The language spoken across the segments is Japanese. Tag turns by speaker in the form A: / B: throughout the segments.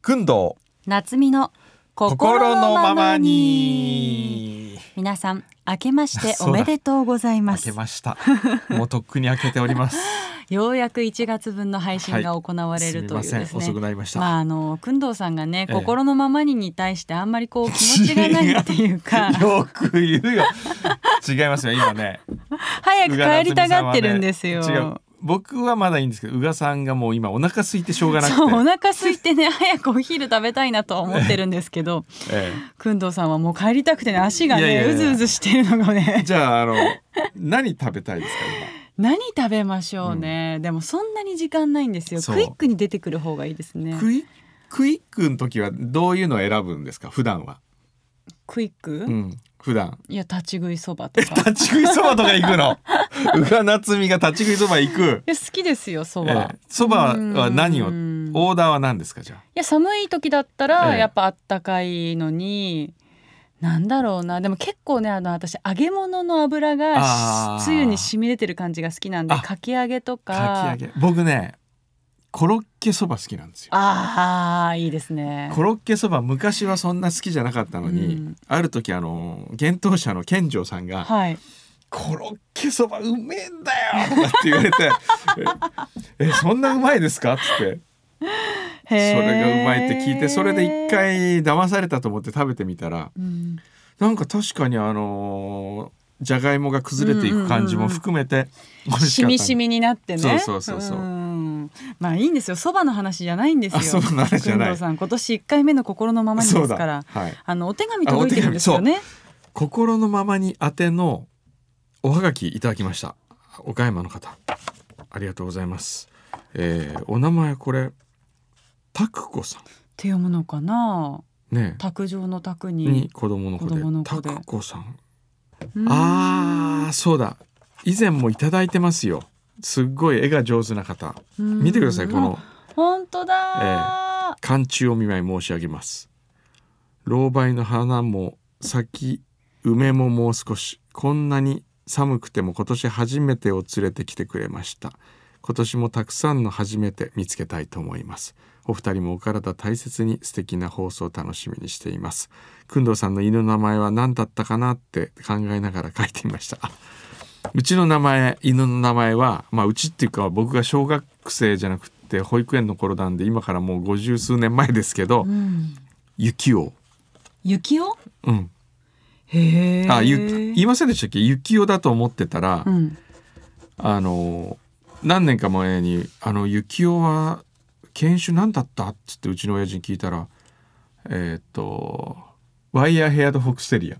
A: くんどう
B: 夏美の心のままに皆さん明けましておめでとうござい
A: 明
B: ます
A: けま したもうとっくに明けております
B: ようやく1月分の配信が行われ
A: す
B: る
A: み
B: という
A: ま
B: で
A: せん
B: すね、
A: 遅くなりました、
B: まああの工藤さんがね、
A: ええ
B: 心のままにに対してあんまりこう気持ちがないっていうか
A: よく言うよ違いますよ今ね
B: 早く帰りたがってるんですよ、
A: 宇賀夏美さんはね違う僕はまだいいんですけど宇賀さんがもう今お腹空いてしょうがなくて
B: そうお腹空いてね 早くお昼食べたいなとは思ってるんですけど
A: え
B: 工藤さんはもう帰りたくてね足がね
A: いやいやいや
B: うずうずしてるのが
A: え
B: ね
A: じゃああの何食べたいですか
B: 何食べましょうね、でもそんなに時間ないんですよ
A: そう
B: クイックに出てくる方がいいですね
A: 今クイクイックの時はどういうのを選ぶんですか普段は
B: クイック、
A: うん普段
B: いや立ち食いそばとかい
A: 立ち食いそばとか行くの宇賀夏美が立ち食いそば行く
B: や好きですよそば、
A: ええそば、は何を
B: うん
A: オーダーは何ですかじゃあ
B: いや寒い時だったら
A: ええ
B: やっぱあったかいのに、なんだろうなでも結構ねあの私揚げ物の油
A: あ
B: が
A: ー
B: つゆに染み出てる感じが好きなんで
A: あ
B: かき揚げとか
A: かき揚げ僕ねコロッケそば好きなんですよ
B: あーいいですね
A: コロッケそば昔はそんな好きじゃなかったのに、
B: うん
A: ある時あの厳冬者の健丈さんが
B: はい
A: 「コロッケそばうめえんだよ!」とかって言われて 「ええそんなうまいですか?」っつってそれがうまいって聞いてそれで一、回騙されたと思って食べてみたら
B: へーうん
A: なんか確かにあのーじゃがいもが崩れていく感じも含めて美味し
B: し
A: かったんで
B: みしみになってね
A: そうそうそうそうん
B: まあいいんですよそばの話じゃないんですよ
A: あそばの話じゃない
B: 工藤さん今年一回目の心のままに
A: そう
B: です
A: だ
B: から
A: はい
B: あのお手紙届いてるんですよね
A: 心のままに宛てのおはがきいただきました岡山の方ありがとうございます、えーお名前これタクコさ
B: っていうものかなん
A: ね
B: 卓上の卓
A: に
B: に
A: 子供の子
B: 子
A: で
B: 供の
A: タ
B: 子で
A: クコさん
B: うん
A: あーそうだ以前もいただいてますよすっごい絵が上手な方見てくださいこの
B: あ本当だ、
A: 寒中お見舞い申し上げます老梅の花も咲き梅ももう少しこんなに寒くても今年初めてを連れてきてくれました今年もたくさんの初めて見つけたいと思いますお二人もお体大切に素敵な放送を楽しみにしていますくんどうさんの犬の名前は何だったかなって考えながら書いてみましたあうちの名前犬の名前はまあうちっていうか僕が小学生じゃなくて保育園の頃なんで今からもう五十数年前ですけど
B: うん、
A: 雪を
B: 雪男
A: うん
B: へえ
A: あゆ言いませんでしたっけ雪男だと思ってたら、
B: うん、
A: あの何年か前に「あの雪男は犬種何だった?」っつってうちの親父に聞いたらえーっと「ワイヤーヘアードフォックステリア」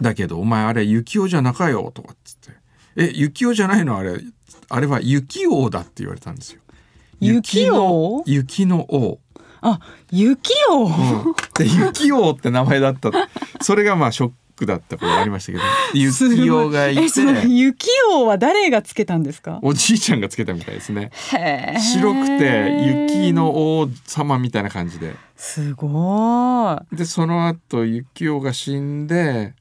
A: だけどお前あれ雪男じゃなかよとかっつって「え雪男じゃないのあれあれは雪王だ」って言われたんですよ。
B: 雪王
A: 雪の王、
B: あ雪男、
A: うん、で雪王って名前だったそれがまあショックだったことがありましたけど
B: すごい
A: 雪王がいて
B: えその雪王は誰がつけたんですか
A: おじいちゃんがつけたみたいですね
B: へー
A: 白くて雪の王様みたいな感じです
B: ご
A: でその後雪王が死んで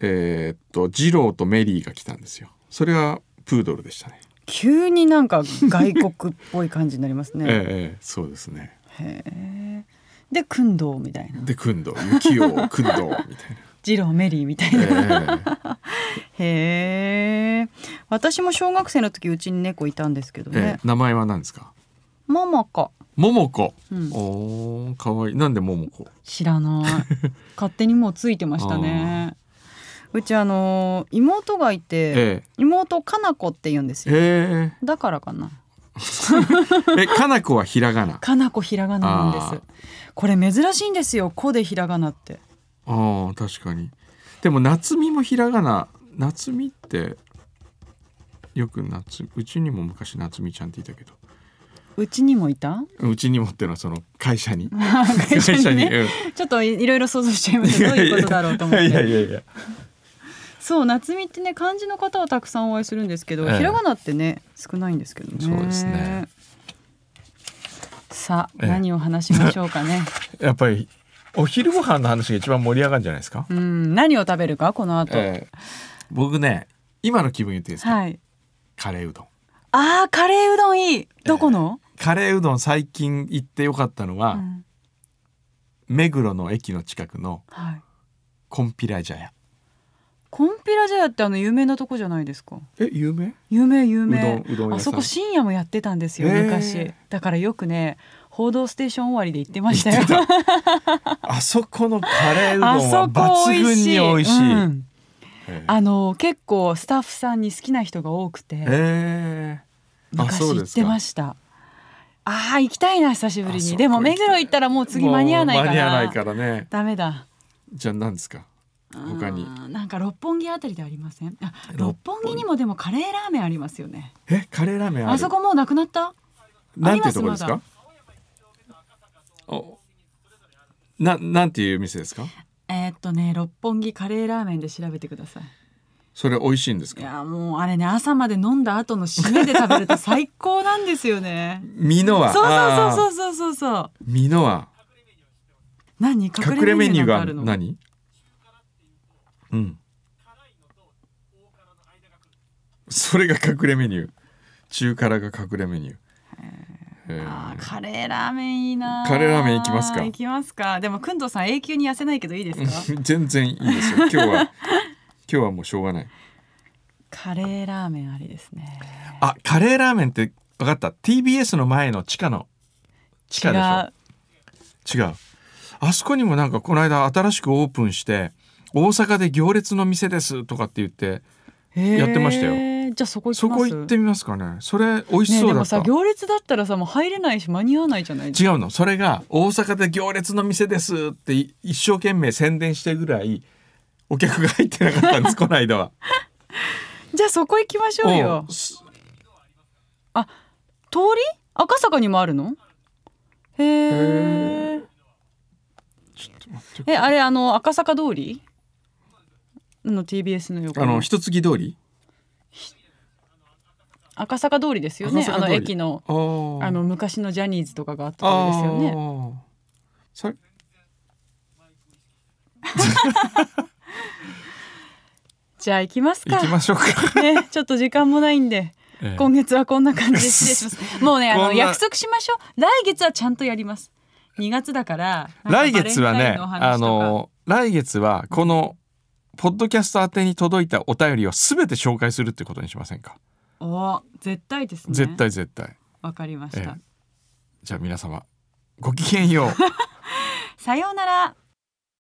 A: えーっと次郎とメリーが来たんですよそれはプードルでしたね、
B: い急になんか外国っぽい感じになります
A: ええ
B: ね、
A: ええそうですね
B: へえで訓導みたいな
A: でくんど雪王くんどみたいな、
B: ジローメリーみたい
A: え
B: な、
A: え
B: へえ私も小学生の時うちに猫いたんですけど
A: え
B: ね
A: え、名前は何ですか
B: ママか、
A: ももこ
B: うん、
A: おーかわいいなんでももこ
B: 知ら ない勝手にもうついてましたねうちあの妹がいて、
A: え
B: 妹かな子って言うんです
A: え
B: よ
A: え
B: だからかな
A: ええかなこはひらがな
B: かな子ひらがななん
A: あ
B: ですこれ珍しいんですよ子でひらがなって
A: ああ確かにでも夏美もひらがな夏美ってよく夏うちにも昔夏美ちゃんっていたけど
B: うちにも いた
A: うちにもっていうのはその会社に
B: 会社にね
A: うん
B: ちょっといろいろ想像しちゃいましたどういうことだろうと思って
A: いやいやいや
B: そう夏美ってね漢字の方はたくさんお会いするんですけど、
A: ええ
B: ひらがなってね少ないんですけどね
A: そうですね
B: さあ、
A: ええ
B: 何を話しましょう かね
A: やっぱりお昼ご飯の話が一番盛り上がるんじゃないですか、
B: うん何を食べるかこの後、
A: ええ僕ね今の気分言っていいですか、
B: はい
A: カレーうどん
B: あーカレーうどんいいどこの、
A: カレーうどん最近行ってよかったのは、
B: うん
A: 目黒の駅の近くの
B: はい。
A: コンピラジャヤ
B: コンピラジャヤってあの有名なとこじゃないですか。
A: え有名
B: 有名有
A: うど
B: 名
A: ん。うどん屋さん
B: あそこ深夜もやってたんですよ
A: へー
B: 昔。だからよくね報道ステーション終わりで行ってましたよ。
A: あそこのカレーうどん
B: あ
A: は
B: そこ
A: 抜
B: 美
A: 群
B: 味
A: に
B: しい。
A: 美味しい。
B: うん
A: えー
B: あの結構スタッフさんに好きな人が多くて
A: えー、あ
B: 昔
A: そう
B: 行
A: で
B: っ
A: す
B: て
A: か
B: ま。した。ああ行きたいな久しぶり
A: あそ
B: に。
A: こ
B: でも
A: 行きたい
B: 目黒行ったらもう次間に合わないから。
A: もう間に合わないからね。
B: ダメだ。
A: じゃあ何ですか。他に
B: うんなんか六本木あたりでありませんあ
A: 六
B: 六
A: 本木
B: 本木にもでもカレーラーメンありますよね
A: えカレーラーメンある。
B: あそこもうなくなった
A: なんていうとこです
B: あり
A: か。おななんていう店ですか。
B: えーっとね六本木カレーラーメンで調べてください
A: それ美味しいんです
B: い
A: か。
B: やもうあれね朝まで飲んだ後の締めで食べると最高なんですよ ね
A: ミノは。
B: そうそうそう
A: う。
B: そうそうそうそう
A: ミノは
B: 何
A: 隠れメニューが
B: あるの
A: 何？うん。それが隠れメニュー。中辛が隠れメニュー。へー
B: あーカレーラーメンいいな
A: カレーラーメン行きますか
B: 行きますかでもくんどうさん永久に痩せないけどいいですか
A: 全然いいですよ今 日は今日はもうしょうがない
B: カレーラーメンありですね
A: あカレーラーメンって分かった TBS の前の地下の地下でしょ違うあそこにもなんかこの間新しくオープンして大阪で行列の店ですとかって言って
B: 違う
A: やってましたよ
B: へーじゃあそこ行き
A: そ
B: ます
A: こ行ってみますかねそれ美味し
B: ねえ
A: そうだ
B: でも
A: った、
B: さ行列だったらさもう入れないし間に合わないじゃない
A: 違うのそれが大阪で行列の店ですってい一生懸命宣伝してるぐらいお客が入ってなかったんですこの間は。
B: じゃあそこ行きましょうよ
A: おうす
B: 通り赤坂にもあるのへ
A: へ
B: え
A: ちょっと待って
B: えあれあの赤坂通りの TBS の横
A: あの一月通り
B: 赤坂通りですよね
A: 赤
B: あ
A: 坂
B: の
A: 通り
B: 駅の
A: あー
B: あの昔のジャニーズとかがあったとこですよね
A: ね。さ
B: じゃあ行きますか
A: 行きましょうか。
B: ね ちょっと時間もないんで
A: ええ
B: 今月はこんな感じで失礼しま すもうねあ
A: こん
B: の
A: な
B: 約束しましょう来月はちゃんとやります2月だから
A: 来月は
B: なん
A: ね、
B: かバレンタイ
A: あ
B: ンのお話とか
A: の来月はこのポッドキャスト宛てに届いたお便りをすべて紹介するってことにしませんか。
B: お絶対ですね
A: 絶対絶対。
B: わかりました、
A: ええじゃあ皆様ごきげんよう。
B: さようなら